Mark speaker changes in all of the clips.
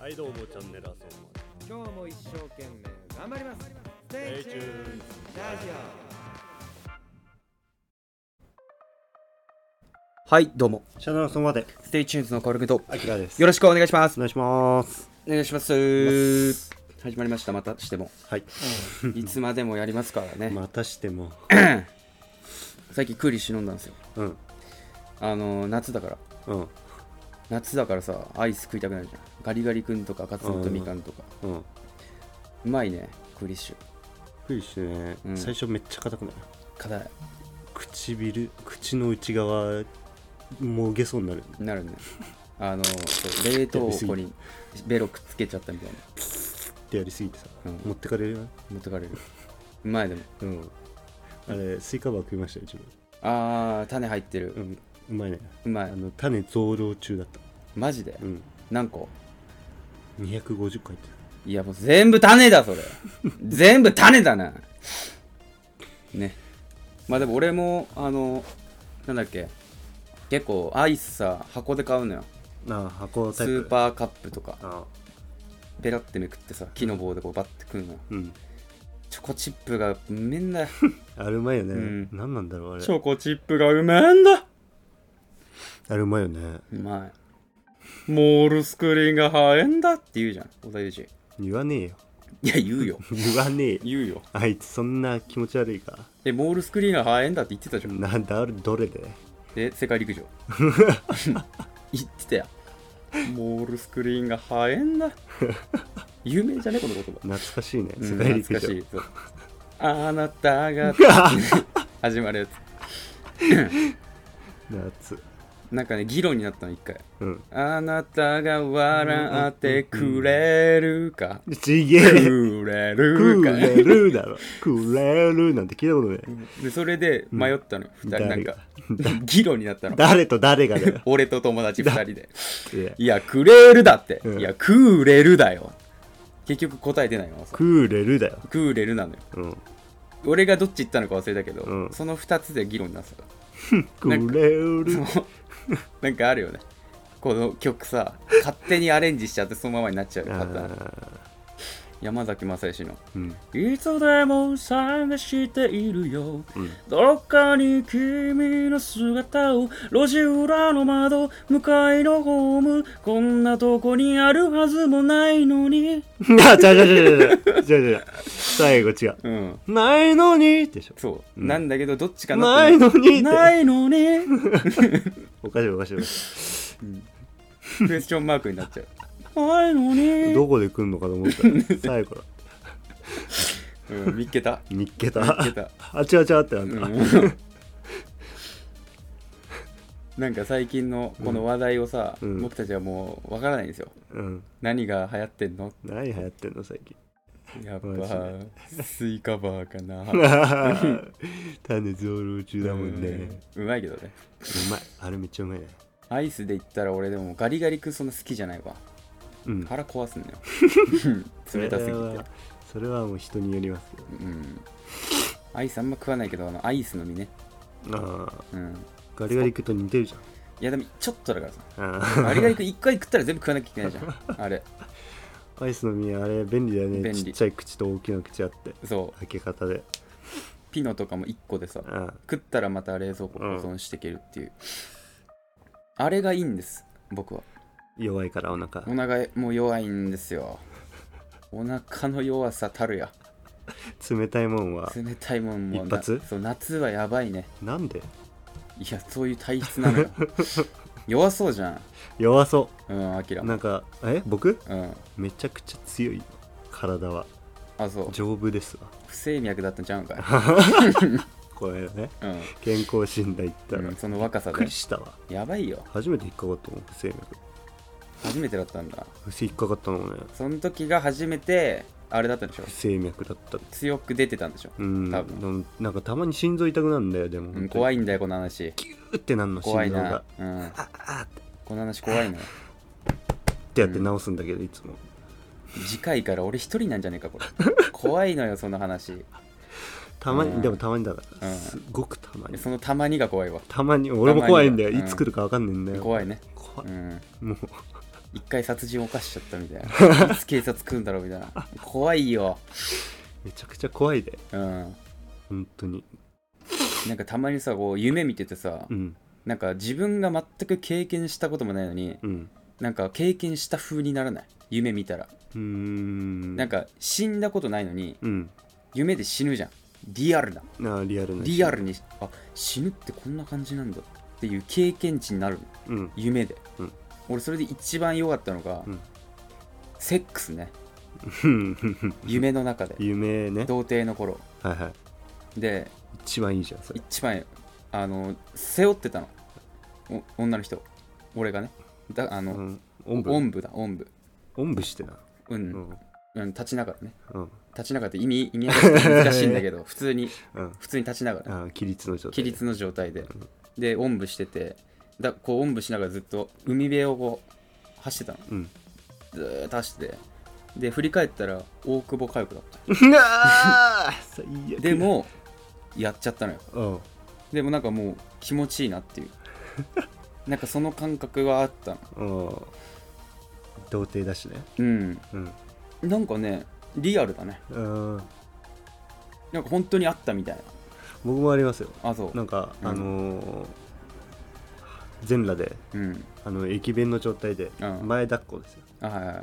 Speaker 1: はいどうもチャンネルはそのまで
Speaker 2: 今日も一生懸命頑張ります
Speaker 1: Stay tuned.
Speaker 2: Stay tuned ラジオはいどうも
Speaker 3: シャドウソンまで、
Speaker 2: ステイチューンズのカオル君と
Speaker 3: アキラです。
Speaker 2: よろしくお願いします
Speaker 3: お願いします。
Speaker 2: お願いします始まりましたまたしても
Speaker 3: はい。
Speaker 2: いつまでもやりますからね、
Speaker 3: またしても、
Speaker 2: 最近クーリッシュ飲んだんですよ
Speaker 3: うん、
Speaker 2: あのー夏だから
Speaker 3: うん、
Speaker 2: 夏だからさアイス食いたくなるじゃんガリガリ君とかカツオとみかんとか
Speaker 3: うん。
Speaker 2: うまいねクーリッシュ
Speaker 3: クリッシュね、
Speaker 2: うん
Speaker 3: 最初めっちゃ硬くない
Speaker 2: 硬い
Speaker 3: 唇、口の内側、もげそうになる。
Speaker 2: なるねあのそう冷凍庫にベロくっつけちゃったみたいな
Speaker 3: ってやりすぎてさ、
Speaker 2: うん
Speaker 3: 持ってかれるよね。
Speaker 2: 持ってかれるうまいでも
Speaker 3: うん。あれ、スイカバー食いましたよ、自
Speaker 2: あー種入ってる、
Speaker 3: 分。うん、うまいね。
Speaker 2: うま
Speaker 3: あ
Speaker 2: い
Speaker 3: の、種増量中だった。
Speaker 2: マジで
Speaker 3: うん。
Speaker 2: 何個
Speaker 3: 250個入って
Speaker 2: いやもう全部種だそ れ全部種だなねまあでも俺もあのなんだっけ結構アイスさ箱で買うのよ
Speaker 3: た。ああ、箱
Speaker 2: ス
Speaker 3: タイプ。
Speaker 2: ーパーカップとか
Speaker 3: ああ、
Speaker 2: ペラってめくってさ木の棒でこうバッてくるのよ
Speaker 3: うん。
Speaker 2: チョコチップがうめえ んだよ
Speaker 3: あれうまいよね。
Speaker 2: うん
Speaker 3: 何なんだろう、あれ
Speaker 2: チ。ョコチップがうめえんだ
Speaker 3: あれうまいよね。
Speaker 2: うまいモールスクリーンが生えんだって言うじゃん小田裕
Speaker 3: 言わねえよ。
Speaker 2: 二いや言うよ
Speaker 3: 言わねえよ。
Speaker 2: 言うよ
Speaker 3: あいつ、そんな気持ち悪いか。
Speaker 2: えモールスクリーンが生えんだって言ってたじゃん
Speaker 3: なんだどれで
Speaker 2: え世界 陸上言ってたやモールスクリーンが生えんだ有名じゃねこの言葉
Speaker 3: 懐かしいね、
Speaker 2: うん
Speaker 3: 世界陸
Speaker 2: 懐かし
Speaker 3: 上
Speaker 2: いそうあなたが始まるやつ
Speaker 3: 夏
Speaker 2: なんかね議論になったの一回
Speaker 3: うん
Speaker 2: あなたが笑ってくれるか
Speaker 3: ちげ
Speaker 2: く
Speaker 3: え
Speaker 2: れる
Speaker 3: く
Speaker 2: か
Speaker 3: れるだろくれるなんて聞いたことね
Speaker 2: でそれで迷ったのよ、
Speaker 3: うん
Speaker 2: 2人なん
Speaker 3: 誰
Speaker 2: か
Speaker 3: が
Speaker 2: 議論になったの
Speaker 3: 誰と誰がだよ
Speaker 2: 俺と友達2人で
Speaker 3: いや
Speaker 2: いやくれるだって、
Speaker 3: うん
Speaker 2: いやくれるだよ結局答えてないのさ
Speaker 3: くれるだよ
Speaker 2: くれるなのよ
Speaker 3: うん
Speaker 2: 俺がどっち行ったのか忘れたけど、
Speaker 3: うん
Speaker 2: その2つで議論になってた の
Speaker 3: くれる
Speaker 2: そのなんかあるよねこの曲さ勝手にアレンジしちゃってそのままになっちゃう
Speaker 3: あ
Speaker 2: よ勝手な
Speaker 3: ー
Speaker 2: 山崎まさよしの
Speaker 3: うん
Speaker 2: いつでも探しているよ、
Speaker 3: うん
Speaker 2: どっかに君の姿を路地裏の窓向かいのホームこんなとこにあるはずもないのに
Speaker 3: あ違う違う違う違う違う違う最後違う
Speaker 2: うん
Speaker 3: ないのにでしょ
Speaker 2: そう、
Speaker 3: うん
Speaker 2: なんだけどどっちかなって
Speaker 3: ないのにって
Speaker 2: ないのに
Speaker 3: おかしいおかしいおかし
Speaker 2: クエスチョンマークになっちゃうない
Speaker 3: い
Speaker 2: のに
Speaker 3: どこで来んのかと思ったら 最後だ
Speaker 2: うん見っ けた
Speaker 3: 見っけ
Speaker 2: 見
Speaker 3: た
Speaker 2: っけた、
Speaker 3: あ違う違うってな
Speaker 2: うん
Speaker 3: だ
Speaker 2: ん、なんか最近のこの話題をさ、
Speaker 3: うん
Speaker 2: 僕たちはもうわからないんですよ
Speaker 3: うん
Speaker 2: 何が流行ってんの
Speaker 3: 何流行ってんの 最近
Speaker 2: やっ
Speaker 3: マジ
Speaker 2: ぱスイカバーかな
Speaker 3: 種増量中だもんね、う
Speaker 2: うんうまいけどね
Speaker 3: まいあれめっちゃうまいね
Speaker 2: アイスで言ったら俺でもガリガリ君そんな好きじゃないわ
Speaker 3: うん
Speaker 2: 腹壊すん だよ 冷たす
Speaker 3: それ
Speaker 2: ぎて
Speaker 3: はそれはもう人によりますよ
Speaker 2: うんアイスあんま食わないけどあのアイスの実ね
Speaker 3: ああ
Speaker 2: うん
Speaker 3: ガリガリ君と似てるじ
Speaker 2: いやでもちょっとだからさ
Speaker 3: ゃんあ
Speaker 2: ガリガリ君一回食ったら全部食わなきゃいけないじゃんあれ
Speaker 3: あアイスの実あれ便利だよ
Speaker 2: 便
Speaker 3: ね
Speaker 2: 利
Speaker 3: ちっちゃい口と大きな口あって
Speaker 2: そう
Speaker 3: 開け方で
Speaker 2: ピノとかも1個でさ
Speaker 3: あ
Speaker 2: 食ったらまた冷蔵庫保存していけるっていう、あれがいいんです僕は
Speaker 3: 弱いからお腹
Speaker 2: お腹もう弱いんですよお腹の弱さたるや
Speaker 3: 冷たいもんは
Speaker 2: 冷たいもんもな
Speaker 3: 一発
Speaker 2: そう夏はやばいね
Speaker 3: なんで
Speaker 2: いやそういう体質なのよ弱そうじゃん
Speaker 3: 弱そ
Speaker 2: うんあきら
Speaker 3: う
Speaker 2: も
Speaker 3: なんかえ僕
Speaker 2: うん
Speaker 3: めちゃくちゃ強い体は
Speaker 2: あそう
Speaker 3: 丈夫ですわ
Speaker 2: 不整脈だったんちゃうんかい、
Speaker 3: これね
Speaker 2: うん
Speaker 3: 健康診断行ったら
Speaker 2: う
Speaker 3: び
Speaker 2: ん
Speaker 3: っ
Speaker 2: その若さ
Speaker 3: く
Speaker 2: で
Speaker 3: りしたわ
Speaker 2: やばいよ
Speaker 3: 初めて引っかかったもん不整脈
Speaker 2: 初めてだったんだ
Speaker 3: 不正引っかかったのもね
Speaker 2: その時が初めてあれだったんでしょ
Speaker 3: 不整脈だった
Speaker 2: 強く出てたんでしょ、
Speaker 3: うん
Speaker 2: 多
Speaker 3: なんなんかたまに心臓痛くなるんだよでも、
Speaker 2: うん、怖
Speaker 3: い
Speaker 2: いんだよこの話
Speaker 3: ってなんの心
Speaker 2: 怖い
Speaker 3: 臓が
Speaker 2: な、うん、この話怖いのよ
Speaker 3: ってやって治すんだけど、いつも
Speaker 2: 次回から俺一人なんじゃね えかこれ怖いのよその話
Speaker 3: たまに、
Speaker 2: うん
Speaker 3: でもたまにだから、
Speaker 2: うん
Speaker 3: すごくたまに
Speaker 2: そのたまにが怖いわ
Speaker 3: たまに俺も怖いんだよ、
Speaker 2: たまに
Speaker 3: いつ来るか分かんねえんだよ
Speaker 2: 怖いね
Speaker 3: 怖
Speaker 2: う
Speaker 3: い、
Speaker 2: ん
Speaker 3: もう
Speaker 2: 一回殺人犯しちゃったみたい ないつ警察来るんだろうみたいな怖いよ
Speaker 3: めちゃくちゃ怖いで
Speaker 2: うん
Speaker 3: 本当に
Speaker 2: なんかたまにさこう夢見ててさ、
Speaker 3: うん
Speaker 2: なんか自分が全く経験したこともないのに
Speaker 3: うん
Speaker 2: なんか経験した風にならない夢見たら、
Speaker 3: うーん
Speaker 2: なんか死んだことないのに
Speaker 3: うん
Speaker 2: 夢で死ぬじゃんリアルな
Speaker 3: あーリアルな
Speaker 2: リアルにあ死ぬってこんな感じなんだっていう経験値になるの
Speaker 3: うん
Speaker 2: 夢で、
Speaker 3: うん
Speaker 2: 俺それで一番良かったのが、
Speaker 3: うん
Speaker 2: セックスね
Speaker 3: ふんふん ふん
Speaker 2: 夢の中で
Speaker 3: 夢ね
Speaker 2: 童貞の頃
Speaker 3: はいはい
Speaker 2: で
Speaker 3: 一番いいじゃんそれ
Speaker 2: 一番あの背負ってたのお女の人俺がねだあの、
Speaker 3: うんおんぶ
Speaker 2: おんぶだおんぶ
Speaker 3: おんぶしてな
Speaker 2: う、
Speaker 3: うんん
Speaker 2: うん、立ちながらね
Speaker 3: うん
Speaker 2: 立ちながらって意味意味わかんない難しいんだ けど普通に
Speaker 3: うん
Speaker 2: 普通に立ちながらね
Speaker 3: ああ規律の状態
Speaker 2: 起立の状態ででおんぶしててだこうおんぶしながらずっと海辺をこう走ってたの
Speaker 3: うん
Speaker 2: ずーっと走っててで振り返ったら大久保佳代子だった
Speaker 3: うわー最悪
Speaker 2: でもやっちゃったのよ
Speaker 3: うん
Speaker 2: でもなんかもう気持ちいいな っていうなんかその感覚があったの
Speaker 3: うん童貞だしね
Speaker 2: うん
Speaker 3: うん
Speaker 2: なんかねリアルだね
Speaker 3: うん
Speaker 2: なんか本当にあったみたい
Speaker 3: 僕もありますよ
Speaker 2: なあそう
Speaker 3: なんか、
Speaker 2: うん
Speaker 3: あのー全裸で
Speaker 2: うん
Speaker 3: あの駅弁の状態で
Speaker 2: うん
Speaker 3: 前抱っこですよ、
Speaker 2: あはいはい、はい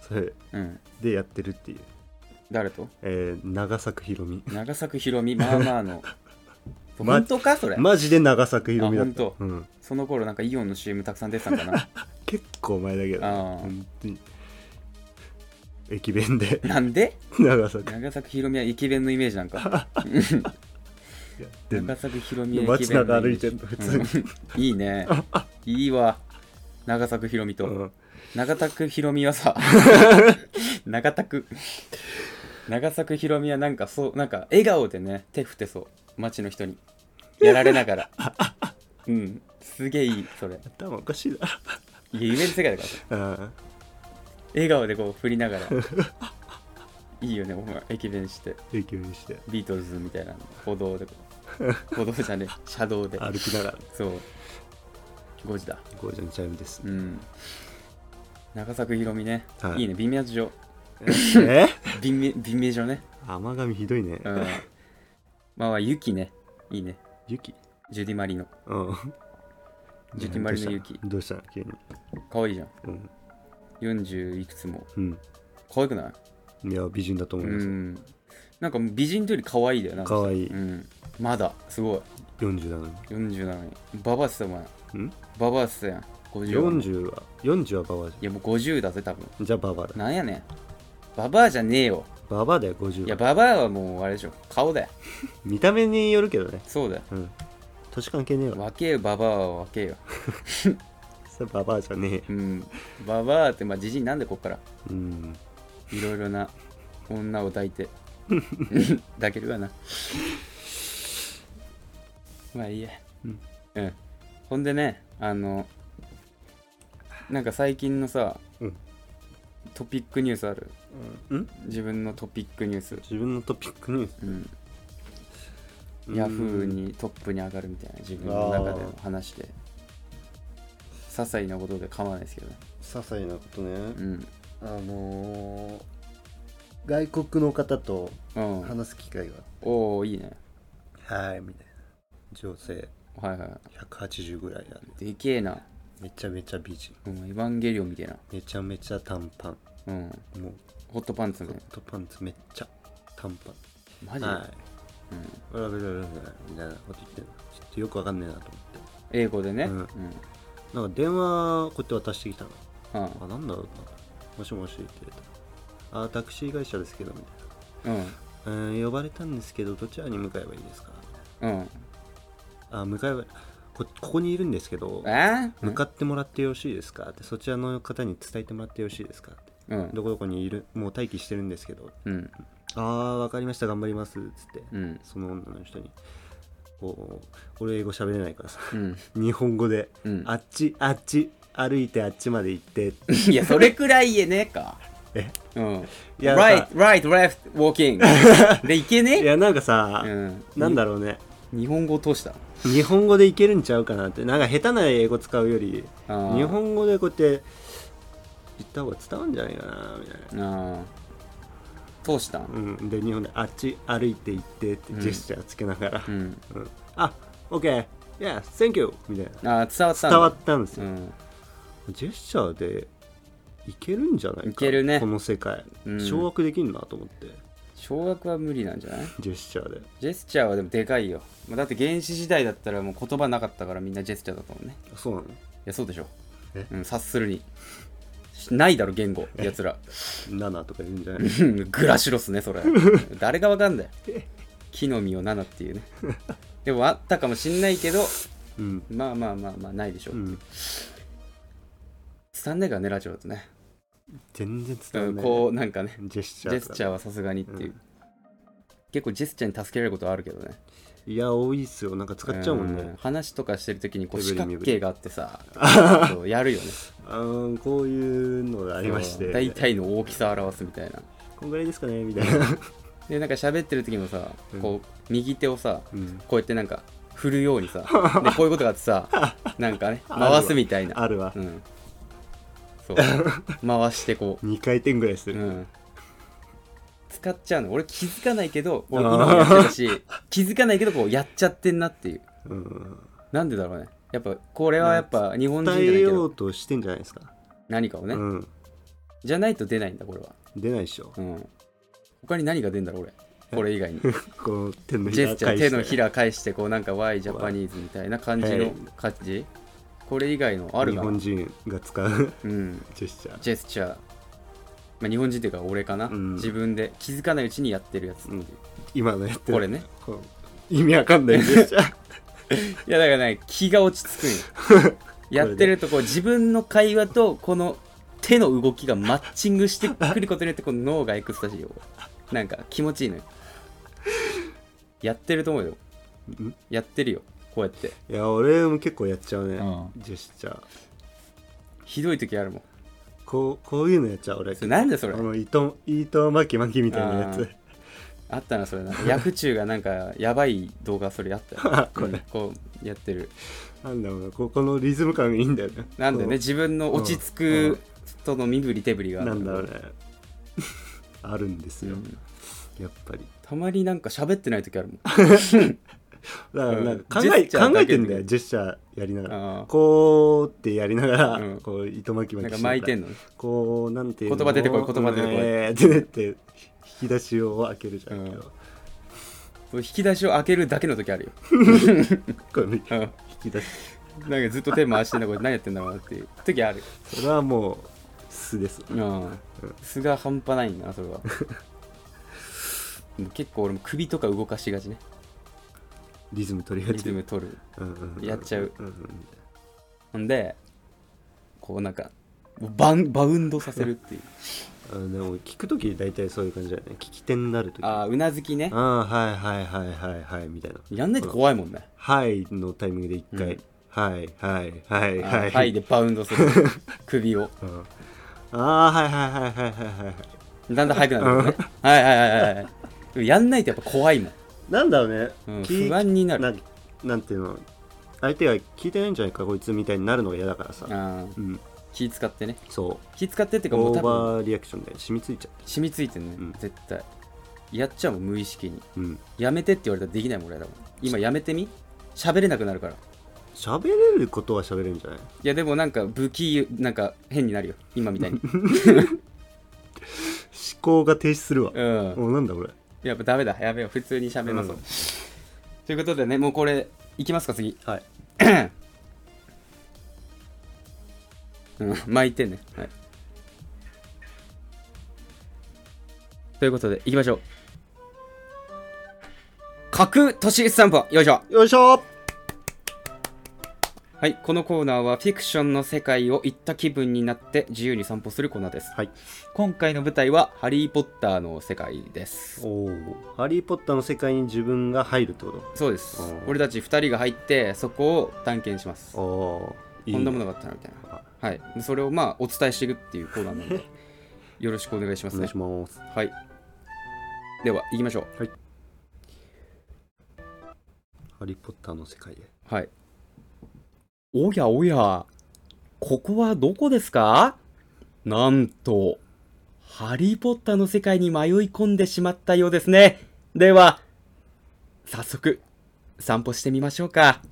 Speaker 3: それ
Speaker 2: うん、
Speaker 3: でやってるっていう、
Speaker 2: 誰と
Speaker 3: えー長作ひろみ
Speaker 2: 長作ひろみまあまあの
Speaker 3: ま
Speaker 2: 本当かそれ、
Speaker 3: マジで長作ひろみだっ
Speaker 2: あ
Speaker 3: た
Speaker 2: ほん、と
Speaker 3: うん、
Speaker 2: その頃なんかイオンの CM たくさん出てたんか な
Speaker 3: 結構前だけどね
Speaker 2: あー
Speaker 3: 本当に駅弁で
Speaker 2: なんで
Speaker 3: 長作
Speaker 2: 長作ひろみは駅弁のイメージな んか
Speaker 3: やってんの
Speaker 2: 長作ひろみは駅
Speaker 3: 街
Speaker 2: 弁
Speaker 3: 中
Speaker 2: の
Speaker 3: 歩
Speaker 2: イメー
Speaker 3: い
Speaker 2: ジ
Speaker 3: てんの普通に、
Speaker 2: うんい いねいいわ長作ひろみと、
Speaker 3: うん
Speaker 2: 長作ひろみはさ 長作長作ひろみはなんかそうなんか笑顔でね手振ってそう街の人にやられなが らうんすげえいいそれいや
Speaker 3: 頭おかしいな
Speaker 2: 夢の世界だから
Speaker 3: あ
Speaker 2: 笑顔でこう振りながらいいよねお前駅弁して
Speaker 3: ー駅弁して
Speaker 2: ビートルズみたいな歩道でこう歩道じゃねえ車道で
Speaker 3: 歩きながら
Speaker 2: そう5時だ
Speaker 3: ゴージャンチャイム です、
Speaker 2: うん長作ひろみね、、
Speaker 3: はいい
Speaker 2: いね微妙女
Speaker 3: え
Speaker 2: 微妙微妙女ね
Speaker 3: 甘噛みひどいね、
Speaker 2: うんまあまあユキねいいね
Speaker 3: 雪
Speaker 2: ジュディ・マリの
Speaker 3: うん
Speaker 2: ジュディ・マリのユキ
Speaker 3: どうしたの急に
Speaker 2: 可愛いじゃん
Speaker 3: うん、
Speaker 2: 40いくつも
Speaker 3: うん
Speaker 2: 可愛くない
Speaker 3: いや美人だと思いうます、
Speaker 2: んなんかもう美人というより可愛いだよな
Speaker 3: 可愛い
Speaker 2: うん、まだすごい
Speaker 3: 40なのに
Speaker 2: 40なのにババアっすよお前
Speaker 3: うん
Speaker 2: ババアっすやん50は
Speaker 3: 40は40はババアじ
Speaker 2: いやもう50だぜ多分
Speaker 3: ゃんじゃあババアだ
Speaker 2: なんやねんババアじゃねえよ
Speaker 3: ババアだよ50はい
Speaker 2: やババアはもうあれでしょ顔だよ
Speaker 3: 見た目によるけどね
Speaker 2: そうだよ
Speaker 3: うん年関係ねえわ
Speaker 2: 若えよババアは若えよ
Speaker 3: それババアじゃねえ
Speaker 2: うんババアってまあじじいなんでこっから
Speaker 3: うん
Speaker 2: いろいろな女を抱 いて抱けるわなまあいいや
Speaker 3: うん、
Speaker 2: うん、ほんでねあのなんか最近のさ、
Speaker 3: うん
Speaker 2: トピックニュースある
Speaker 3: うん
Speaker 2: 自分のトピックニュース、
Speaker 3: 自分のトピックニュース
Speaker 2: うん、
Speaker 3: うん
Speaker 2: ヤフーにトップに上がるみたいな自分の中での話で些細なことで構わないですけどね
Speaker 3: 些細なことね、
Speaker 2: うん
Speaker 3: あのー外国の方と
Speaker 2: うん
Speaker 3: 話す機会が
Speaker 2: おおいいね
Speaker 3: はいみたいな女性
Speaker 2: はいは
Speaker 3: 180ぐらいある
Speaker 2: いでけえな、
Speaker 3: めちゃめちゃ美人
Speaker 2: うん、エヴァンゲリオンみたいな
Speaker 3: めちゃめちゃ短パン
Speaker 2: うん
Speaker 3: もう
Speaker 2: ホットパンツ
Speaker 3: ホ
Speaker 2: ね
Speaker 3: ットパンツめっちゃ短パン
Speaker 2: マジで、
Speaker 3: はい
Speaker 2: うん、
Speaker 3: ブラブラブラブラみたいなこと言ってるのちょっとよくわかんねえなと思っ
Speaker 2: 英語でね、う
Speaker 3: うんんてなんか電話こうやって渡してきたの
Speaker 2: うん
Speaker 3: あなんだろうなもしもしって言われたあタクシー会社ですけどみたい
Speaker 2: うん
Speaker 3: なうん呼ばれたんですけどどちらに向かえばいいですかみたい
Speaker 2: うん
Speaker 3: なあ向かえばこここにいるんですけど
Speaker 2: え
Speaker 3: 向かってもらってよろしいですかってそちらの方に伝えてもらってよろしいですかって
Speaker 2: うん
Speaker 3: どこどこにいるもう待機してるんですけど
Speaker 2: うん
Speaker 3: ああわかりました頑張りますっつって、
Speaker 2: うん
Speaker 3: その女の人にこう俺英語喋れないからさ
Speaker 2: うん
Speaker 3: 日本語で、
Speaker 2: うん
Speaker 3: あっちあっち歩いてあっちまで行って
Speaker 2: いやそれくらい言えねえか
Speaker 3: え
Speaker 2: うん
Speaker 3: いや
Speaker 2: right
Speaker 3: さ
Speaker 2: right left walking でいけ
Speaker 3: い
Speaker 2: ね
Speaker 3: やなんかさ、
Speaker 2: うん
Speaker 3: なんだろうね
Speaker 2: 日本語を通した
Speaker 3: 日本語でいけるんちゃうかなってなんか下手な英語使うより
Speaker 2: あー
Speaker 3: 日本語でこうやって言った方が伝わんじゃないかなみたいな
Speaker 2: ああ通したん
Speaker 3: うん、で日本であっち歩いて行ってってジェスチャーつけながら、
Speaker 2: うん
Speaker 3: うんあオッケーイエス Thank you みたいな
Speaker 2: ああ伝わったんだ
Speaker 3: 伝わったんです
Speaker 2: う
Speaker 3: よ、
Speaker 2: ん
Speaker 3: ジェスチャーでいけるんじゃないか
Speaker 2: いけるね
Speaker 3: この世界、
Speaker 2: うん
Speaker 3: 掌握できんなと思って
Speaker 2: 小学は無理なんじゃない
Speaker 3: ジェスチャーで
Speaker 2: ジェスチャーはでもでかいよまあだって原始時代だったらもう言葉なかったからみんなジェスチャーだったもんね
Speaker 3: あそうなの
Speaker 2: いやそうでしょ
Speaker 3: え
Speaker 2: うん察するにしないだろ言語やつら
Speaker 3: 7とか言うんじゃない
Speaker 2: うんグラシロスね それ誰がわかんだよ木の実を7っていうねでもあったかもしんないけど
Speaker 3: うん、
Speaker 2: まあまあまあまあないでしょう、
Speaker 3: うん、
Speaker 2: 伝わんないからねラジオだとね
Speaker 3: 全然伝わんない、
Speaker 2: こうなんかね
Speaker 3: ジェスチ
Speaker 2: ジ
Speaker 3: ャー
Speaker 2: ェスチャーはさすがにっていう、
Speaker 3: うん
Speaker 2: 結構ジェスチャーに助けられることはあるけどね
Speaker 3: いや多いっすよなんか使っちゃうもんね、
Speaker 2: ん話とかしてる時にこう
Speaker 3: 身振
Speaker 2: 四
Speaker 3: り
Speaker 2: 角
Speaker 3: 身振
Speaker 2: 形
Speaker 3: り
Speaker 2: があってさそうや るよね
Speaker 3: あーこういうのがありまして
Speaker 2: そう大体の大きさを表すみたいな
Speaker 3: こんぐらいですかねみたいな、
Speaker 2: でなんか喋ってる時もさ
Speaker 3: うん
Speaker 2: こう右手をさ
Speaker 3: うん
Speaker 2: こうやってなんか振るように さでこういうことがあってさなんかね
Speaker 3: あるわ
Speaker 2: 回すみたい な
Speaker 3: あるわ、
Speaker 2: うんそう回してこ
Speaker 3: 2回転ぐらいす
Speaker 2: う、う
Speaker 3: る、
Speaker 2: ん、使っちゃうの俺気づかないけど俺今もやってるし 気づかないけどこうやっちゃってんなっていう
Speaker 3: うん、
Speaker 2: なんでだろうねやっぱこれはやっぱ日本人じゃない
Speaker 3: 伝え
Speaker 2: け
Speaker 3: よ
Speaker 2: ど
Speaker 3: うとしてんじゃないですか、
Speaker 2: 何かをね、
Speaker 3: うん
Speaker 2: じゃないと出ないんだこれは
Speaker 3: 出ないでしょ
Speaker 2: うん他に何が出んだろう俺これ 以外に
Speaker 3: この手のひ
Speaker 2: ジェ
Speaker 3: ら
Speaker 2: スチャー
Speaker 3: 返
Speaker 2: 手
Speaker 3: して
Speaker 2: のひら返してこうなんか Y ジャパニーズみたいな感じ
Speaker 3: は
Speaker 2: の
Speaker 3: い
Speaker 2: 感じこれ以外のある
Speaker 3: 日
Speaker 2: か
Speaker 3: 本
Speaker 2: な
Speaker 3: 人が使う
Speaker 2: うん
Speaker 3: ジェスチャー
Speaker 2: ジェスチャー、まあ、日本人っていうか俺かな、
Speaker 3: うん
Speaker 2: 自分で気づかないうちにやってるやつ、
Speaker 3: うん今のやってる
Speaker 2: これね
Speaker 3: こう意味わかんないジェスチャ ー
Speaker 2: いやだからね気が落ち着くんよ やってるとこう自分の会話とこの手の動きがマッチングしてくることによってこの脳がエクスタシーをなんか気持ちいいのよやってると思うよ
Speaker 3: ん
Speaker 2: やってるよこうやって
Speaker 3: いや俺も結構やっちゃうね、
Speaker 2: う
Speaker 3: ジェスチャー
Speaker 2: ひどい時あるもん
Speaker 3: こうこういうのやっちゃう俺
Speaker 2: それなんでそれ
Speaker 3: この糸糸巻き巻きみたいなやつ
Speaker 2: あったなそれなんか薬中がなんかやばい動画それやったよ
Speaker 3: これ
Speaker 2: うんこうやってる
Speaker 3: なんだろうなここのリズム感がいいんだよね
Speaker 2: なんでね
Speaker 3: こ
Speaker 2: 自分の落ち着
Speaker 3: うんうん
Speaker 2: くとの身振り手振り
Speaker 3: う
Speaker 2: があ
Speaker 3: な
Speaker 2: る
Speaker 3: んだろうね あるんですよ、
Speaker 2: うん
Speaker 3: やっぱり
Speaker 2: たまになんか喋ってない時 あるもん
Speaker 3: だからなんか
Speaker 2: うん
Speaker 3: 考え,、
Speaker 2: ジェスチャー
Speaker 3: 考
Speaker 2: だ
Speaker 3: え
Speaker 2: け
Speaker 3: て
Speaker 2: で
Speaker 3: んだよジェスチャーやりなが
Speaker 2: あー
Speaker 3: らこうってやりながら、
Speaker 2: うん
Speaker 3: こう糸巻き
Speaker 2: な
Speaker 3: 巻
Speaker 2: ん
Speaker 3: き
Speaker 2: か
Speaker 3: しながら
Speaker 2: 巻いてんのね
Speaker 3: こうなんていうの
Speaker 2: 言葉出てこい言葉出てこい
Speaker 3: えーってって引き出しを開けるじゃんけど、
Speaker 2: うんそう引き出しを開けるだけの時あるよ
Speaker 3: これ引
Speaker 2: うん
Speaker 3: き出し
Speaker 2: なんかずっと手回してんだこれ何やってんだろうなっていう時ある
Speaker 3: それはもう素です
Speaker 2: うん素が半端ないんだなそれは でも結構俺も首とか動かしがちね
Speaker 3: リズム取りが
Speaker 2: リ
Speaker 3: ち
Speaker 2: ズム取る
Speaker 3: うんうんうん
Speaker 2: やっちゃう
Speaker 3: うんうん
Speaker 2: ほんでこうなんかバンバウンドさせるっていう
Speaker 3: あでも聞く時大体そういう感じだよね聞き手になる時
Speaker 2: ああうなずきね
Speaker 3: ああはいはいはいはいはいみたいな
Speaker 2: やんないと怖いもんね
Speaker 3: 「はい」のタイミングで一回、
Speaker 2: うん
Speaker 3: はいはいはい
Speaker 2: あ
Speaker 3: は
Speaker 2: ー
Speaker 3: い
Speaker 2: はいでバウンド する首を
Speaker 3: うんああはいはいはいはいはいはい
Speaker 2: だんだん速くなるもんねはいはいはいはいはいでもやんないとやっぱ怖いもん
Speaker 3: なんだろうね、
Speaker 2: うん
Speaker 3: 聞い
Speaker 2: 不安になる
Speaker 3: ななんていうの相手が聞いてないんじゃないかこいつみたいになるのが嫌だからさ、
Speaker 2: あー
Speaker 3: うん、
Speaker 2: 気使ってね
Speaker 3: そ
Speaker 2: 気使ってっていう
Speaker 3: う
Speaker 2: かも
Speaker 3: オ
Speaker 2: う
Speaker 3: ー
Speaker 2: 多分
Speaker 3: バーリアクションで染みついちゃっ
Speaker 2: 染みついてるね、
Speaker 3: うん
Speaker 2: 絶対やっちゃうもん無意識に
Speaker 3: てうん
Speaker 2: やめてって言われたらできないもん俺らも今やめてみ喋れなくなるからい
Speaker 3: 喋れることは喋れるんじゃない
Speaker 2: やでもなんか不器用なんか変になるよ今みたいに
Speaker 3: 思考が停止するわ、
Speaker 2: うん
Speaker 3: おなんだこれ
Speaker 2: やっぱダメだやめよう普通に喋りましょう、
Speaker 3: うん
Speaker 2: ということでねもうこれいきますか次
Speaker 3: はい
Speaker 2: うん巻いてねはいということでいきましょう角俊散歩よいしょ
Speaker 3: よいしょ
Speaker 2: はい、このコーナーはフィクションの世界を行った気分になって自由に散歩するコーナーです。
Speaker 3: はい
Speaker 2: 今回の舞台はハリー・ポッターの世界です。
Speaker 3: おおハリー・ポッターの世界に自分が入るってこ
Speaker 2: そうです
Speaker 3: おー。
Speaker 2: 俺たち2人が入ってそこを探検します。
Speaker 3: と
Speaker 2: こ
Speaker 3: おーいいね
Speaker 2: んなものがあったなみたい
Speaker 3: あ
Speaker 2: な。はい、でそれをまあお伝えしていくっていうコーナーなの でよろしくお願いしま
Speaker 3: お
Speaker 2: す
Speaker 3: 願
Speaker 2: ね
Speaker 3: い。します
Speaker 2: はい。では行きましょ
Speaker 3: はいハリー・ポッターの世界へ
Speaker 2: う。はい。おやおや、ここはどこですかなんと、ハリーポッターの世界に迷い込んでしまったようですね。では、早速、散歩してみましょうか。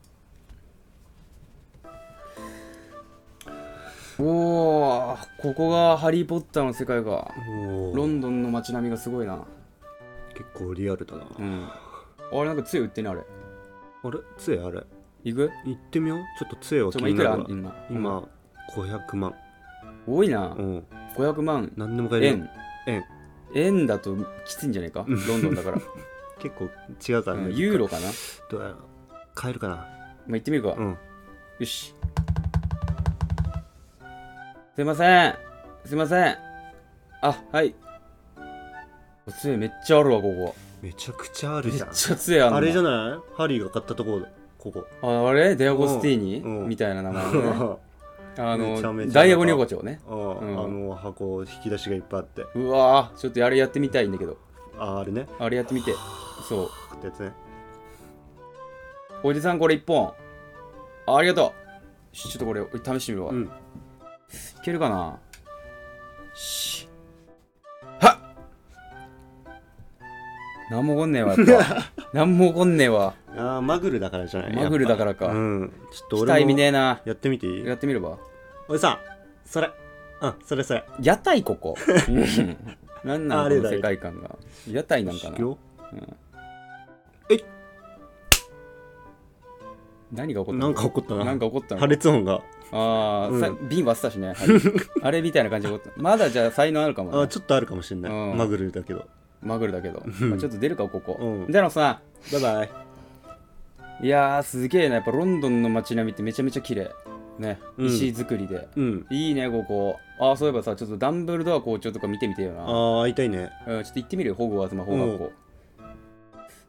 Speaker 2: おー、ここがハリーポッターの世界か。
Speaker 3: お
Speaker 2: ロ
Speaker 3: ー
Speaker 2: ンドンの街並みがすごいな。
Speaker 3: 結構リアルだな、
Speaker 2: うん。あれ、なんか杖売ってね、あれ。
Speaker 3: あれ杖あれ
Speaker 2: 行く
Speaker 3: 行ってみようちょっと杖は
Speaker 2: ち
Speaker 3: 気
Speaker 2: ょ、まあ
Speaker 3: に
Speaker 2: いく
Speaker 3: なる
Speaker 2: ら
Speaker 3: わ
Speaker 2: 今。
Speaker 3: 今500万
Speaker 2: 多いな
Speaker 3: う。ん
Speaker 2: 500万
Speaker 3: 何でも買えるよ
Speaker 2: 円。
Speaker 3: 円
Speaker 2: 円だときついんじゃないか。ロンドン だから。
Speaker 3: 結構違うから
Speaker 2: う
Speaker 3: ね、
Speaker 2: んユーロかな。
Speaker 3: どうやろう買えるかな
Speaker 2: まあ、行ってみるか。
Speaker 3: うん
Speaker 2: よし。すいません。すいません。あ、はい。杖めっちゃあるわ、ここ。
Speaker 3: めちゃくちゃあ
Speaker 2: め
Speaker 3: る
Speaker 2: っ
Speaker 3: じゃん
Speaker 2: ちゃ杖ある
Speaker 3: あれじゃ
Speaker 2: ない
Speaker 3: ないハリーが買ったところここ
Speaker 2: ああれデアゴスティーニ
Speaker 3: うんうん
Speaker 2: みたいな名前
Speaker 3: う
Speaker 2: の
Speaker 3: ん
Speaker 2: ね。あ
Speaker 3: めちゃめち
Speaker 2: の、
Speaker 3: ゃ
Speaker 2: ダイヤゴニョコチョウね。
Speaker 3: あの箱引き出しがいっぱいあって
Speaker 2: うわぁ、ちょっとあれやってみたいんだけど。
Speaker 3: ああれね
Speaker 2: あれやってみて。そう。
Speaker 3: 買ったやつね
Speaker 2: おじさんこれ1本。あありがとう。しちょっとこれ試してみるわ。
Speaker 3: う
Speaker 2: い
Speaker 3: ん
Speaker 2: けるかなし。はっなんも起こんねえわ、やっ ぱ。なんも起こんねえわ。
Speaker 3: ああマグルだからじゃない
Speaker 2: マグルだからか
Speaker 3: やっぱうんちょっと
Speaker 2: 期
Speaker 3: 俺
Speaker 2: 待見
Speaker 3: も
Speaker 2: ねえな。
Speaker 3: やってみていい
Speaker 2: やってみれば。
Speaker 3: おじさんそれうんそれそれ
Speaker 2: 屋台こ こ。うんなんな
Speaker 3: あ
Speaker 2: の
Speaker 3: れ
Speaker 2: こ
Speaker 3: だ
Speaker 2: の世界観が。屋台なんかな
Speaker 3: 修。行
Speaker 2: 何が起こったの
Speaker 3: なんか起こったな
Speaker 2: なんか起こったの
Speaker 3: 破裂音が
Speaker 2: ああ、さ
Speaker 3: う
Speaker 2: 瓶割ってたしね。あ れあれみたいな感じで起こった。まだじゃあ才能あるかも
Speaker 3: あ
Speaker 2: ね。
Speaker 3: ーちょっとあるかもしれな
Speaker 2: う
Speaker 3: い
Speaker 2: ん
Speaker 3: マグルだけど
Speaker 2: マグルだけど、
Speaker 3: ん
Speaker 2: まあちょっと出るかここ、
Speaker 3: うん
Speaker 2: であのさ
Speaker 3: バイバイ
Speaker 2: いやーすげえなやっぱロンドンの街並みってめちゃめちゃ綺麗ね
Speaker 3: うん
Speaker 2: 石造りで、
Speaker 3: うん
Speaker 2: いいねここああそういえばさちょっとダンブルドア校長とか見てみてえよな、
Speaker 3: ああ会いたいね
Speaker 2: うん、ちょっと行ってみるよホグワーツ魔法学校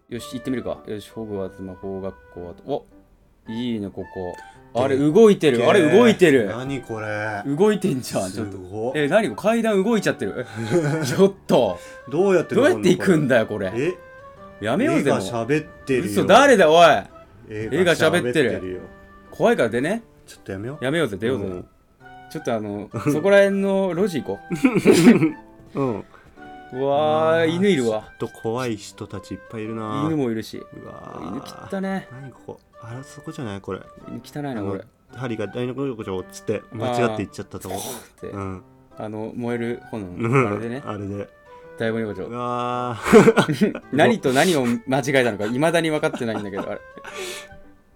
Speaker 2: よし行ってみるかよしホグワーツ魔法学校あとおいいねここあれ
Speaker 3: で
Speaker 2: 動いてるあれ動いてる
Speaker 3: 何これ
Speaker 2: 動いてんじゃんち
Speaker 3: す
Speaker 2: ょっと
Speaker 3: ごい
Speaker 2: え何これ階段動いちゃっ てるちょっと
Speaker 3: どうやって
Speaker 2: どうやって行くん
Speaker 3: だ
Speaker 2: だよこれ
Speaker 3: え
Speaker 2: やめよう
Speaker 3: 絵
Speaker 2: ぜも
Speaker 3: が
Speaker 2: う
Speaker 3: 喋ってるよ
Speaker 2: 嘘誰だおい
Speaker 3: 絵が喋ってるよ
Speaker 2: 怖いからでね
Speaker 3: ちょっとやめよう
Speaker 2: やめようぜ出ようぜ、
Speaker 3: うん
Speaker 2: ちょっとあのそこら辺の路地行こ
Speaker 3: うん
Speaker 2: ううわ
Speaker 3: あ
Speaker 2: ー
Speaker 3: ー
Speaker 2: 犬いるわ
Speaker 3: ちょっと怖い人たちいっぱいいるな
Speaker 2: 犬もいるし
Speaker 3: うわー
Speaker 2: 犬切ったね
Speaker 3: 何ここあれそこじゃないこれ
Speaker 2: 犬汚い
Speaker 3: あ
Speaker 2: な
Speaker 3: の
Speaker 2: これ
Speaker 3: 針が大のこ横丁っつって間違って行っちゃったとこ
Speaker 2: って、
Speaker 3: うん
Speaker 2: あの燃える炎
Speaker 3: うん
Speaker 2: のあれでね
Speaker 3: あれで
Speaker 2: 大悟猫ち
Speaker 3: う
Speaker 2: ょ
Speaker 3: わー
Speaker 2: 何と何を間違えたのかいまだに分かってないんだけど あれ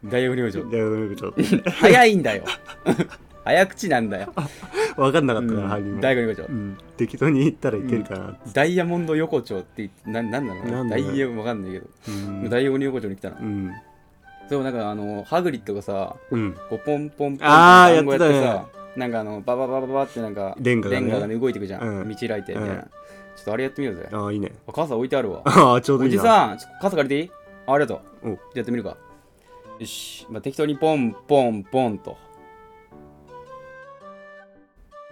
Speaker 2: 大悟猫ちょ
Speaker 3: 大の横丁って
Speaker 2: 早いんだよ 早口なんだよ
Speaker 3: 分かんなか
Speaker 2: う
Speaker 3: ったから針
Speaker 2: ん
Speaker 3: も
Speaker 2: 大悟猫ちょ
Speaker 3: うん適当に行ったらいけるかな
Speaker 2: ダイヤモンド横丁ってななん
Speaker 3: な
Speaker 2: なの
Speaker 3: んだ
Speaker 2: ダ
Speaker 3: ろう
Speaker 2: イヤ分かんないけど、
Speaker 3: うん
Speaker 2: ダイヤモンド横丁に来たの、
Speaker 3: うん
Speaker 2: そうなんかあのハグリッドがさ
Speaker 3: うん
Speaker 2: こうポンポンポンって
Speaker 3: あー
Speaker 2: 単語やってさ
Speaker 3: やって
Speaker 2: なんかあのババババババってなんか
Speaker 3: レンガがね
Speaker 2: 動いてくじゃん、
Speaker 3: うん
Speaker 2: 道開いてみたいな、
Speaker 3: うん
Speaker 2: ちょっとあれやってみようぜ
Speaker 3: ああいいね
Speaker 2: あ傘置いてあるわ
Speaker 3: ああちょうどい
Speaker 2: お
Speaker 3: い
Speaker 2: じ
Speaker 3: な
Speaker 2: さんちょっと傘借りていいあありがとう
Speaker 3: お
Speaker 2: じゃあやってみるかよし、まあ、適当にポンポンポンと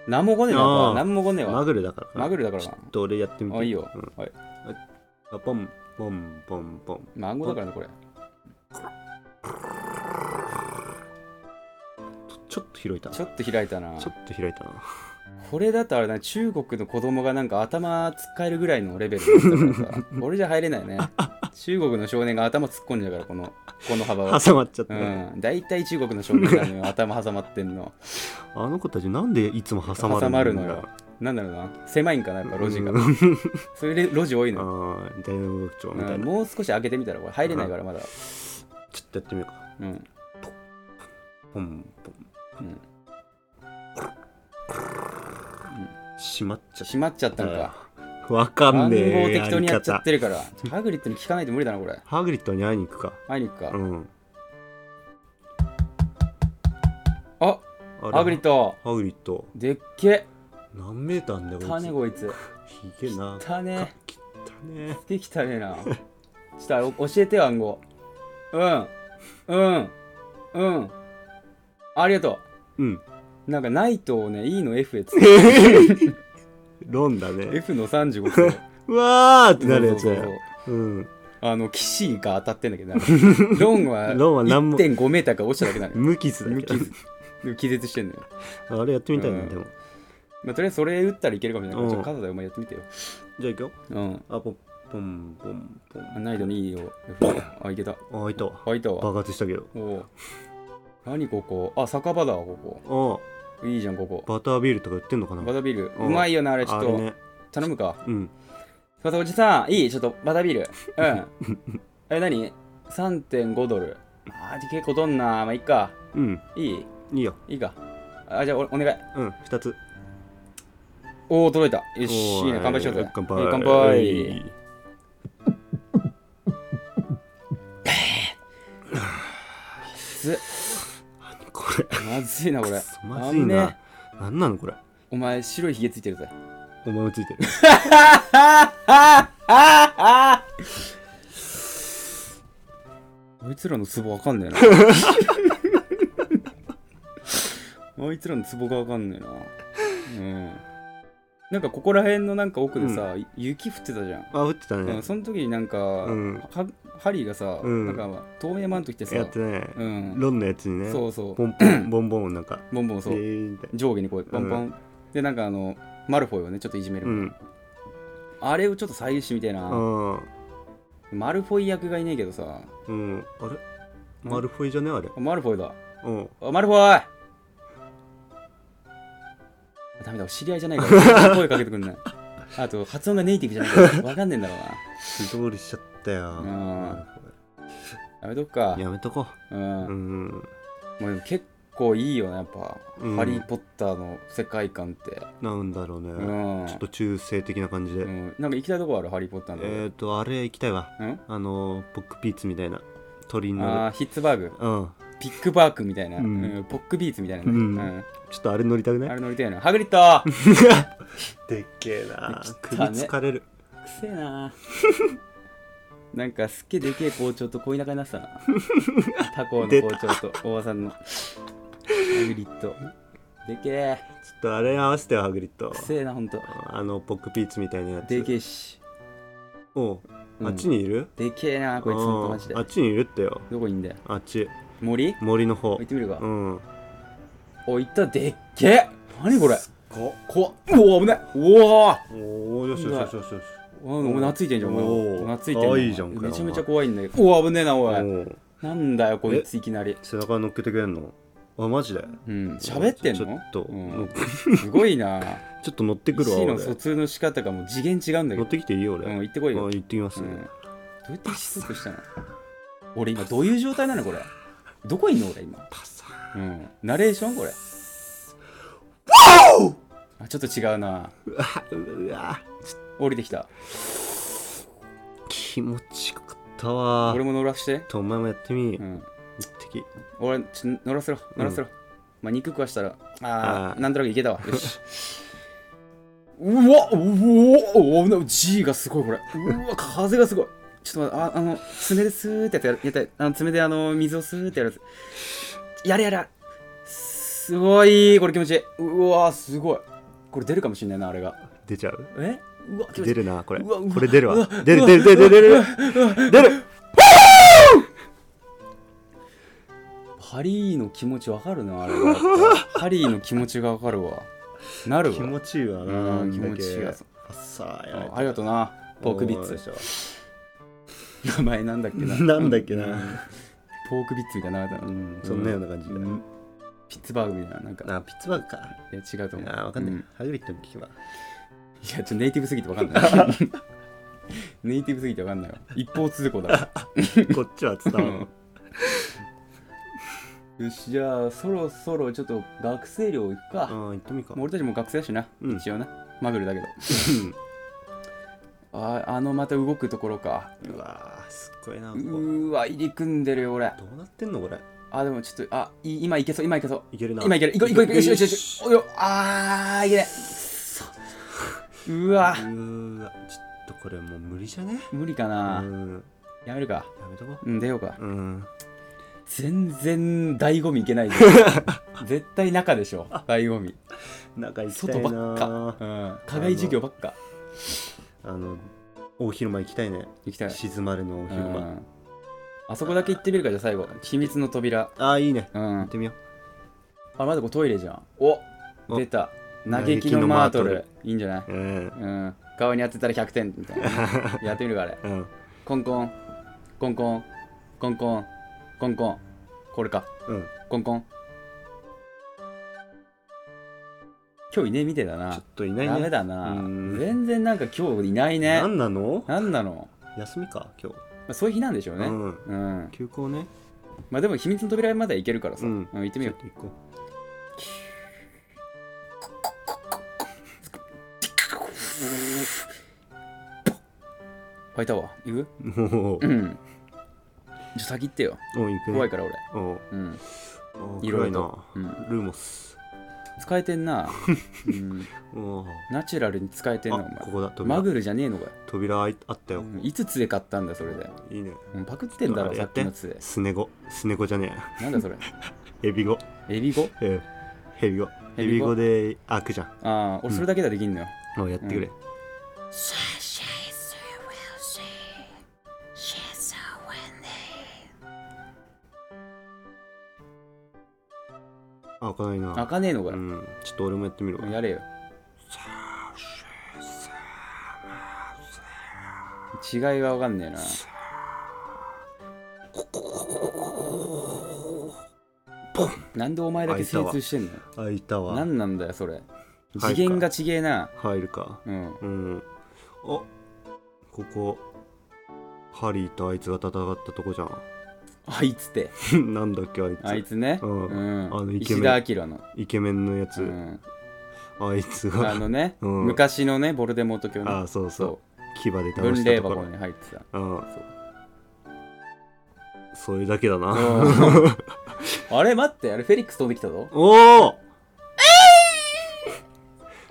Speaker 2: 何も来ねえ
Speaker 3: あ
Speaker 2: わ
Speaker 3: ー
Speaker 2: 何も来ねえ
Speaker 3: マ
Speaker 2: わ
Speaker 3: グルだから
Speaker 2: マグルだから
Speaker 3: ちょ
Speaker 2: な
Speaker 3: っと俺やってみて
Speaker 2: あいいよ、
Speaker 3: うん
Speaker 2: はい
Speaker 3: あポンポンポンポン
Speaker 2: まあ暗号だからねこれ
Speaker 3: ちょっと開いたな
Speaker 2: ちょっと開いたな
Speaker 3: ちょっと開いたな
Speaker 2: これだとあれだね中国の子供がなんか頭使えるぐらいのレベルだった からさ俺じゃ入れないね中国の少年が頭突っ込んじゃうからこのこの幅は
Speaker 3: 挟まっちゃった
Speaker 2: う
Speaker 3: ね
Speaker 2: ん大体、中国の少年なのよ頭挟まってんの
Speaker 3: あの子たちなんでいつも挟まるんだ
Speaker 2: 挟まるのよなんだろうな狭いんかなやっぱ 路地が、
Speaker 3: うん
Speaker 2: それで路地多いのよ、
Speaker 3: ああ大の学長みた
Speaker 2: う
Speaker 3: い
Speaker 2: ん
Speaker 3: な
Speaker 2: もう少し開けてみたらこれ入れないからまだ
Speaker 3: ちょっとやってみようか
Speaker 2: うん
Speaker 3: ポンポン
Speaker 2: うん
Speaker 3: 閉まっちゃっ
Speaker 2: 閉まっちゃっ
Speaker 3: た
Speaker 2: たのか
Speaker 3: わか
Speaker 2: 暗
Speaker 3: ん
Speaker 2: 号
Speaker 3: ねえ
Speaker 2: 適当にやっちゃって
Speaker 3: り
Speaker 2: るからハグリッドに聞かないと無理だなこれ
Speaker 3: 方ハグリッドに会いに行くか
Speaker 2: 会いに行くか、
Speaker 3: うん
Speaker 2: あ
Speaker 3: あれ
Speaker 2: ハグリッド
Speaker 3: ハグリッド
Speaker 2: でっけ
Speaker 3: 何メーターあんだよ
Speaker 2: たねこいつ
Speaker 3: ひげな
Speaker 2: たね
Speaker 3: 切ったね
Speaker 2: できたねえなちょっと教えてよ暗号うんうんうんありがと
Speaker 3: うん
Speaker 2: うなんかナイトをね E の F へつけて
Speaker 3: ロンだね
Speaker 2: F の35個
Speaker 3: うわーって なるやつだ
Speaker 2: そうそうそう
Speaker 3: ようん
Speaker 2: あの騎士が当たってんだけどなん かロンは
Speaker 3: ロンは何も
Speaker 2: 1.5メーターから落ちただけなのよ
Speaker 3: 無傷だ
Speaker 2: 無
Speaker 3: けど
Speaker 2: 傷でも気絶してんのよ
Speaker 3: あれやってみたいな、
Speaker 2: うん
Speaker 3: でも
Speaker 2: まあ、とりあえずそれ打ったらいけるかもしれないから、ちょっと
Speaker 3: うん
Speaker 2: 肩でお前やってみてよ。
Speaker 3: じゃあいくよ
Speaker 2: うん。
Speaker 3: あポンポンポンポン
Speaker 2: 難易度2を。あ、いけた。
Speaker 3: あ開いた
Speaker 2: あ、いたわ。
Speaker 3: 爆発したけど
Speaker 2: おお。何ここあ、酒場だわ、こ
Speaker 3: あ
Speaker 2: こ。いいじゃん、ここ。
Speaker 3: バタービールとか売ってんのかな
Speaker 2: バタービール。
Speaker 3: う
Speaker 2: うんまいよな、あれ、ちょっ
Speaker 3: あれ
Speaker 2: と。
Speaker 3: ね
Speaker 2: 頼むか。
Speaker 3: うん
Speaker 2: すいません、おじさん、いいちょっとバタービール。うん。 え、何 ?3.5 ドル。あー、結構とんな。まあ、いいか。
Speaker 3: うん
Speaker 2: いい
Speaker 3: いいよ
Speaker 2: いいか。あ、じゃあお、お願い。
Speaker 3: うん2つ
Speaker 2: おお、届いた。よ
Speaker 3: お
Speaker 2: し、
Speaker 3: ー
Speaker 2: いいね。乾杯しようぜ。
Speaker 3: 乾杯
Speaker 2: はい乾杯。つ
Speaker 3: これ
Speaker 2: まずいな、これ。
Speaker 3: まずい
Speaker 2: あん
Speaker 3: な
Speaker 2: ね。
Speaker 3: なんなのこれ
Speaker 2: お前、白いひげついてるぜ。
Speaker 3: お前もついてる
Speaker 2: あいつらのツボわかんねえ な。あいつらのツボがわかんねえな。うん。なんかここら辺のなんか奥でさ、雪降ってたじゃん。
Speaker 3: あ降ってた
Speaker 2: うん、
Speaker 3: ね
Speaker 2: その時になんか、
Speaker 3: ん
Speaker 2: はハリーがさ、
Speaker 3: うん
Speaker 2: なんか透明マント着てさ、
Speaker 3: やってね
Speaker 2: うん
Speaker 3: ロンのやつにね
Speaker 2: そうそう
Speaker 3: ポンポンボンボンなんか
Speaker 2: ボンボンそう、
Speaker 3: えーみたいな
Speaker 2: 上下にこうポンポン、でなんかあのマルフォイをねちょっといじめる、
Speaker 3: うん
Speaker 2: あれをちょっと再現してみたいな、
Speaker 3: あ
Speaker 2: マルフォイ役がいねえけどさ
Speaker 3: ーうんあれマルフォイじゃねあれ
Speaker 2: あマルフォイだ
Speaker 3: うん
Speaker 2: あマルフォイダメだ知り合いじゃな いから声かけてくんないあと発音がネイティブじゃないからわかんねえんだろう
Speaker 3: 素通りしちゃったよ
Speaker 2: うん
Speaker 3: マルフ
Speaker 2: なやめとくか
Speaker 3: ォイやめとこ
Speaker 2: うん
Speaker 3: ううん
Speaker 2: もうでも結構いいよねやっぱ、
Speaker 3: うん
Speaker 2: ハリー・ポッターの世界観って
Speaker 3: なんだろう
Speaker 2: う
Speaker 3: ね
Speaker 2: ん、
Speaker 3: ちょっと中性的な感じで
Speaker 2: うん、なんか行きたいとこあるハリー・ポッターの、
Speaker 3: えっとあれ行きたいわ
Speaker 2: うん
Speaker 3: あのポックピーツみたいな鳥に
Speaker 2: あ
Speaker 3: な
Speaker 2: ーヒッツバーグ
Speaker 3: るうん
Speaker 2: ピックバークみたいな、
Speaker 3: う
Speaker 2: うんんポックビーツみたいなね、
Speaker 3: う
Speaker 2: うんん
Speaker 3: ちょっとあれ乗りたく
Speaker 2: あ
Speaker 3: ない
Speaker 2: れ乗りたいなハグリッド く
Speaker 3: でっけえな
Speaker 2: できた
Speaker 3: 首
Speaker 2: ね
Speaker 3: 疲れる
Speaker 2: せえななんかすっげえでけえ校長と恋仲になって たな他校の
Speaker 3: 出
Speaker 2: 校
Speaker 3: た
Speaker 2: 長とおばさんのハグリッドでけえ
Speaker 3: ちょっとあれ合わせてよハグリッド
Speaker 2: くせえなほんと
Speaker 3: あのポックピーツみたいなやつ
Speaker 2: でけえし、
Speaker 3: おう
Speaker 2: うん
Speaker 3: あっちにいる
Speaker 2: でけえなこいつほんとマジで
Speaker 3: うんあっちにいるってよ
Speaker 2: どこいんだよ
Speaker 3: あっち
Speaker 2: 森
Speaker 3: 森の方
Speaker 2: 行ってみるか、
Speaker 3: うん
Speaker 2: おい行ったでっけえ何これ
Speaker 3: こ
Speaker 2: 怖っうお危ないうわ
Speaker 3: おおよしよしよしよしよし
Speaker 2: お前懐いてんじゃんお前
Speaker 3: おー
Speaker 2: 懐いてん
Speaker 3: あいいじゃんこれ
Speaker 2: めちゃめちゃ怖いんだけどおお危ねえなお
Speaker 3: お
Speaker 2: い
Speaker 3: お
Speaker 2: なんだよこいついきなり。
Speaker 3: 背中乗っけてくれんのあマジで
Speaker 2: うん、喋ってんの
Speaker 3: ちょっと、
Speaker 2: う
Speaker 3: の
Speaker 2: ん、すごい な。
Speaker 3: ちょっと乗ってくるわ
Speaker 2: 意思の
Speaker 3: 俺
Speaker 2: 疎通の仕方がもう次元違うんだけ
Speaker 3: 乗っ
Speaker 2: ど。
Speaker 3: てきていいよ
Speaker 2: う
Speaker 3: 俺、
Speaker 2: ん、行ってこいよ。
Speaker 3: あ
Speaker 2: うん
Speaker 3: 行ってきます
Speaker 2: どう
Speaker 3: ね、
Speaker 2: やって意思疎通したの俺今どういう状態なのこれ。どこいんの俺今。
Speaker 3: パサ
Speaker 2: うん。ナレーションこれ。あ、ちょっと違うな。
Speaker 3: うわうわ
Speaker 2: 降りてきた。
Speaker 3: 気持ちよかったわ
Speaker 2: 俺
Speaker 3: も
Speaker 2: も乗らして。
Speaker 3: とお前もやってみ、
Speaker 2: うん。
Speaker 3: 一滴
Speaker 2: 俺、ちょ乗らせろ、乗らせろ。まあ、肉食わしたら、あ
Speaker 3: あー
Speaker 2: あ、なんとなくいけたわ。よし。うわうおおお G がすごいこれ。うわ、風がすごい。ちょっと待って、ああの、爪でスーってやってやるやりたい。あの爪であの水をスーってやるやつ。やれやれ。すごい、これ気持ちいい。うわ、すごい。これ出るかもしんないな、あれが。
Speaker 3: 出ちゃう
Speaker 2: えうわ、気持ちい
Speaker 3: 出る
Speaker 2: い。
Speaker 3: なこれ
Speaker 2: うわうわ
Speaker 3: これ出る
Speaker 2: う
Speaker 3: わ
Speaker 2: わ
Speaker 3: 出る出る出る出る出る出る
Speaker 2: ハリーの気持ちわかるな、あれが。ハリーの気持ちがわかるわ。なるわ。
Speaker 3: 気持ちいいわな
Speaker 2: うん
Speaker 3: あんだけ
Speaker 2: 気持ちいいわ
Speaker 3: あさあやられ
Speaker 2: あ
Speaker 3: た
Speaker 2: ありがとうな、ポークビッ
Speaker 3: お
Speaker 2: ツ。
Speaker 3: ー
Speaker 2: 名前なんだっけな。
Speaker 3: なんだっけ
Speaker 2: うん
Speaker 3: な
Speaker 2: ポークビッツみたいな名前
Speaker 3: う
Speaker 2: だな。
Speaker 3: んそんなような感じだ
Speaker 2: うんピッツバーグみたいな、なんか、
Speaker 3: あピッツバーグか
Speaker 2: いや違うと思う。
Speaker 3: あわかんない
Speaker 2: うんい
Speaker 3: 初めて聞 けば
Speaker 2: や、ちょっとネイティブすぎてわかんない。 ネイティブすぎてわかんないわ。一方通行だわ。
Speaker 3: こっちは伝わる
Speaker 2: よし、じゃあ、そろそろちょっと学生寮行くか。
Speaker 3: あ
Speaker 2: も
Speaker 3: 行ってみっか
Speaker 2: う俺たちも学生だしな、
Speaker 3: うん
Speaker 2: 一応な。マグルだけど。ああのまた動くところか。
Speaker 3: うわーすっごいな
Speaker 2: う
Speaker 3: ここ
Speaker 2: ーわ、入り組んでるよ、俺。
Speaker 3: どうなってんのこれ
Speaker 2: あ、でもちょっと、あ、い今行けそう、今行けそう。
Speaker 3: いけるな
Speaker 2: 今いける。いこういこういこう。よしよしよ
Speaker 3: よ
Speaker 2: し。およ。あー、いけねえ。うわ、
Speaker 3: うーわちょっとこれもう無理じゃね
Speaker 2: 無理か
Speaker 3: う
Speaker 2: な。
Speaker 3: ん
Speaker 2: やめるか。
Speaker 3: やめとこ
Speaker 2: うん、出ようか。
Speaker 3: ううん
Speaker 2: 全然醍醐味いけ ない。絶対中でしょ。醍醐味。
Speaker 3: 中行きた
Speaker 2: 外
Speaker 3: いな
Speaker 2: ばっか。うん。課外授業ばっか。
Speaker 3: あの大広間行きたいね
Speaker 2: 行きたい。
Speaker 3: 静まるの大
Speaker 2: う
Speaker 3: 広間
Speaker 2: ん。あそこだけ行ってみるか、じゃあ最後。秘密の扉。
Speaker 3: あーいいね
Speaker 2: う
Speaker 3: 行
Speaker 2: ん
Speaker 3: っ。てみよ
Speaker 2: あ、まだここトイレじゃん。お
Speaker 3: お
Speaker 2: 出た。嘆きのマートルいいんじゃない
Speaker 3: うん
Speaker 2: うん顔に当てたら100点みたいな やってみるかあれ
Speaker 3: うん
Speaker 2: コンコンコンコンコンコンコンコンこれか
Speaker 3: うん
Speaker 2: コンコン今日いねえみてえだ
Speaker 3: ちょ
Speaker 2: な
Speaker 3: っといないね
Speaker 2: ダメだな
Speaker 3: うん
Speaker 2: 全然なんか今日いないね
Speaker 3: 何なの
Speaker 2: なんなの
Speaker 3: 休みか今日
Speaker 2: まあそういう日なんでしょうね
Speaker 3: うん
Speaker 2: うん
Speaker 3: 休校ね
Speaker 2: まあでも秘密の扉まで行けるからさ
Speaker 3: う
Speaker 2: うんん行ってみよう
Speaker 3: ちょっと行こ
Speaker 2: 開いたわ行く
Speaker 3: うも
Speaker 2: う
Speaker 3: うん
Speaker 2: じゃあ先行ってよ
Speaker 3: もう行くね
Speaker 2: 怖いから俺
Speaker 3: おう
Speaker 2: うん
Speaker 3: おう
Speaker 2: いろ
Speaker 3: 暗
Speaker 2: い
Speaker 3: い
Speaker 2: ろ
Speaker 3: な
Speaker 2: うん
Speaker 3: ルーモス
Speaker 2: 使えてんなうん
Speaker 3: おう
Speaker 2: ナチュラルに使えてん
Speaker 3: あ
Speaker 2: なお前
Speaker 3: ここだ
Speaker 2: マ
Speaker 3: 扉
Speaker 2: グルじゃねえのかよ
Speaker 3: 扉あいあったよ
Speaker 2: うんいつ杖買ったんだそれで
Speaker 3: いいね
Speaker 2: うんパクってん
Speaker 3: ちょっと
Speaker 2: だ
Speaker 3: あ
Speaker 2: ろ
Speaker 3: れ
Speaker 2: さ
Speaker 3: や
Speaker 2: っ
Speaker 3: って
Speaker 2: きの杖
Speaker 3: スネゴスネゴじゃね
Speaker 2: なんだそれ
Speaker 3: えエビゴ
Speaker 2: エビ語
Speaker 3: えヘビゴ
Speaker 2: ヘ
Speaker 3: ヘ
Speaker 2: ビ
Speaker 3: ビ
Speaker 2: ゴ
Speaker 3: ゴで開くじゃん
Speaker 2: ああ俺それだけではできんのよ
Speaker 3: おうやってくれあ開かないな
Speaker 2: 開かねえのか
Speaker 3: う
Speaker 2: よ
Speaker 3: んちょっと俺もやってみるわ
Speaker 2: やれよ違いが分かんねえななんでお前だけ精通してんの
Speaker 3: 開いたわ
Speaker 2: なんなんだよそれ
Speaker 3: い
Speaker 2: 次元が違えな
Speaker 3: 入るか
Speaker 2: うん
Speaker 3: うんあここハリーとあいつが戦ったとこじゃ
Speaker 2: あいつって
Speaker 3: ん なんだっけあいつ
Speaker 2: あいつね
Speaker 3: う
Speaker 2: うん
Speaker 3: あの
Speaker 2: ん
Speaker 3: イケメ
Speaker 2: 石
Speaker 3: ン
Speaker 2: 田明の
Speaker 3: イケメンのやつ、
Speaker 2: うん
Speaker 3: あいつが
Speaker 2: あのね
Speaker 3: うん
Speaker 2: 昔のねボルデモート教
Speaker 3: あ
Speaker 2: の
Speaker 3: そうそう
Speaker 2: そ
Speaker 3: 牙で
Speaker 2: う
Speaker 3: 倒
Speaker 2: 分
Speaker 3: した
Speaker 2: 霊
Speaker 3: とこ
Speaker 2: 箱
Speaker 3: ろ
Speaker 2: に入ってた
Speaker 3: うん
Speaker 2: そう
Speaker 3: それだけだな、
Speaker 2: あれ待ってあれフェリックス飛んできたぞ
Speaker 3: おお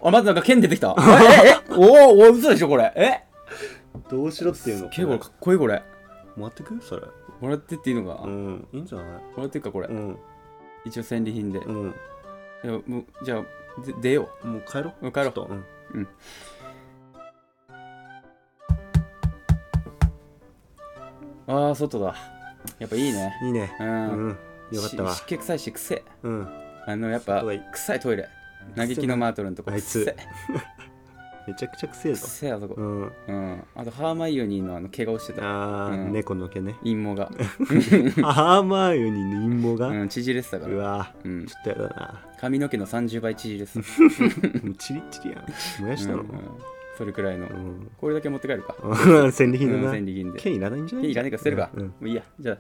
Speaker 2: あ待ってなんか剣出て きたえええおおお嘘でしょこれえ
Speaker 3: どうしろっていうの
Speaker 2: 結構かっこいいこれ
Speaker 3: もらってくそれ
Speaker 2: もらってっていいのか、
Speaker 3: う
Speaker 2: も
Speaker 3: んいいんじゃない
Speaker 2: らっていいかこれ、
Speaker 3: うん
Speaker 2: 一応戦利品で、
Speaker 3: う
Speaker 2: い
Speaker 3: ん
Speaker 2: やもうじゃあで出よ
Speaker 3: もう帰ろ
Speaker 2: もう帰
Speaker 3: ち
Speaker 2: ろう
Speaker 3: ょっとうん
Speaker 2: うあー外だやっぱいいね
Speaker 3: いいね
Speaker 2: う、
Speaker 3: うんんよかったわ
Speaker 2: し湿気臭いし臭え
Speaker 3: うん
Speaker 2: あのやっぱ
Speaker 3: トイレ
Speaker 2: 臭いトイレ嘆きのマートルのとこ
Speaker 3: あいつ
Speaker 2: 臭え
Speaker 3: めちゃくちゃくせえぞ
Speaker 2: 臭えあそこ
Speaker 3: うん
Speaker 2: うん、あとハーマイオニーのあの毛が落ちてた
Speaker 3: あー、
Speaker 2: うん
Speaker 3: 猫の毛ね
Speaker 2: 陰 謀が、
Speaker 3: ハーマーユニーの陰謀が、う
Speaker 2: うん、縮れてたから
Speaker 3: わ
Speaker 2: うん
Speaker 3: ちょっとやだな
Speaker 2: 髪の毛の30倍 縮れてた
Speaker 3: もうチリチリやん燃やし
Speaker 2: う
Speaker 3: た
Speaker 2: んう
Speaker 3: の
Speaker 2: んそれくらいの、
Speaker 3: うん、
Speaker 2: これだけ持って帰るか
Speaker 3: 戦利品だ
Speaker 2: うん
Speaker 3: な、
Speaker 2: 戦利品で
Speaker 3: 剣いらないんじゃない
Speaker 2: 剣いらねえから捨てるか、
Speaker 3: うん
Speaker 2: もういいやじゃあ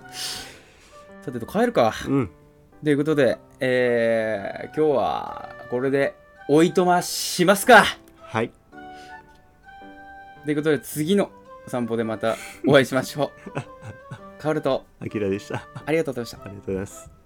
Speaker 2: さてと帰るか
Speaker 3: うん、
Speaker 2: ということで、えー、今日はこれでおいとましますか
Speaker 3: はい
Speaker 2: ということで次の散歩でまたお会いしましょう。カオルと
Speaker 3: あきらでした
Speaker 2: ありがとうございました。
Speaker 3: ありがとうございます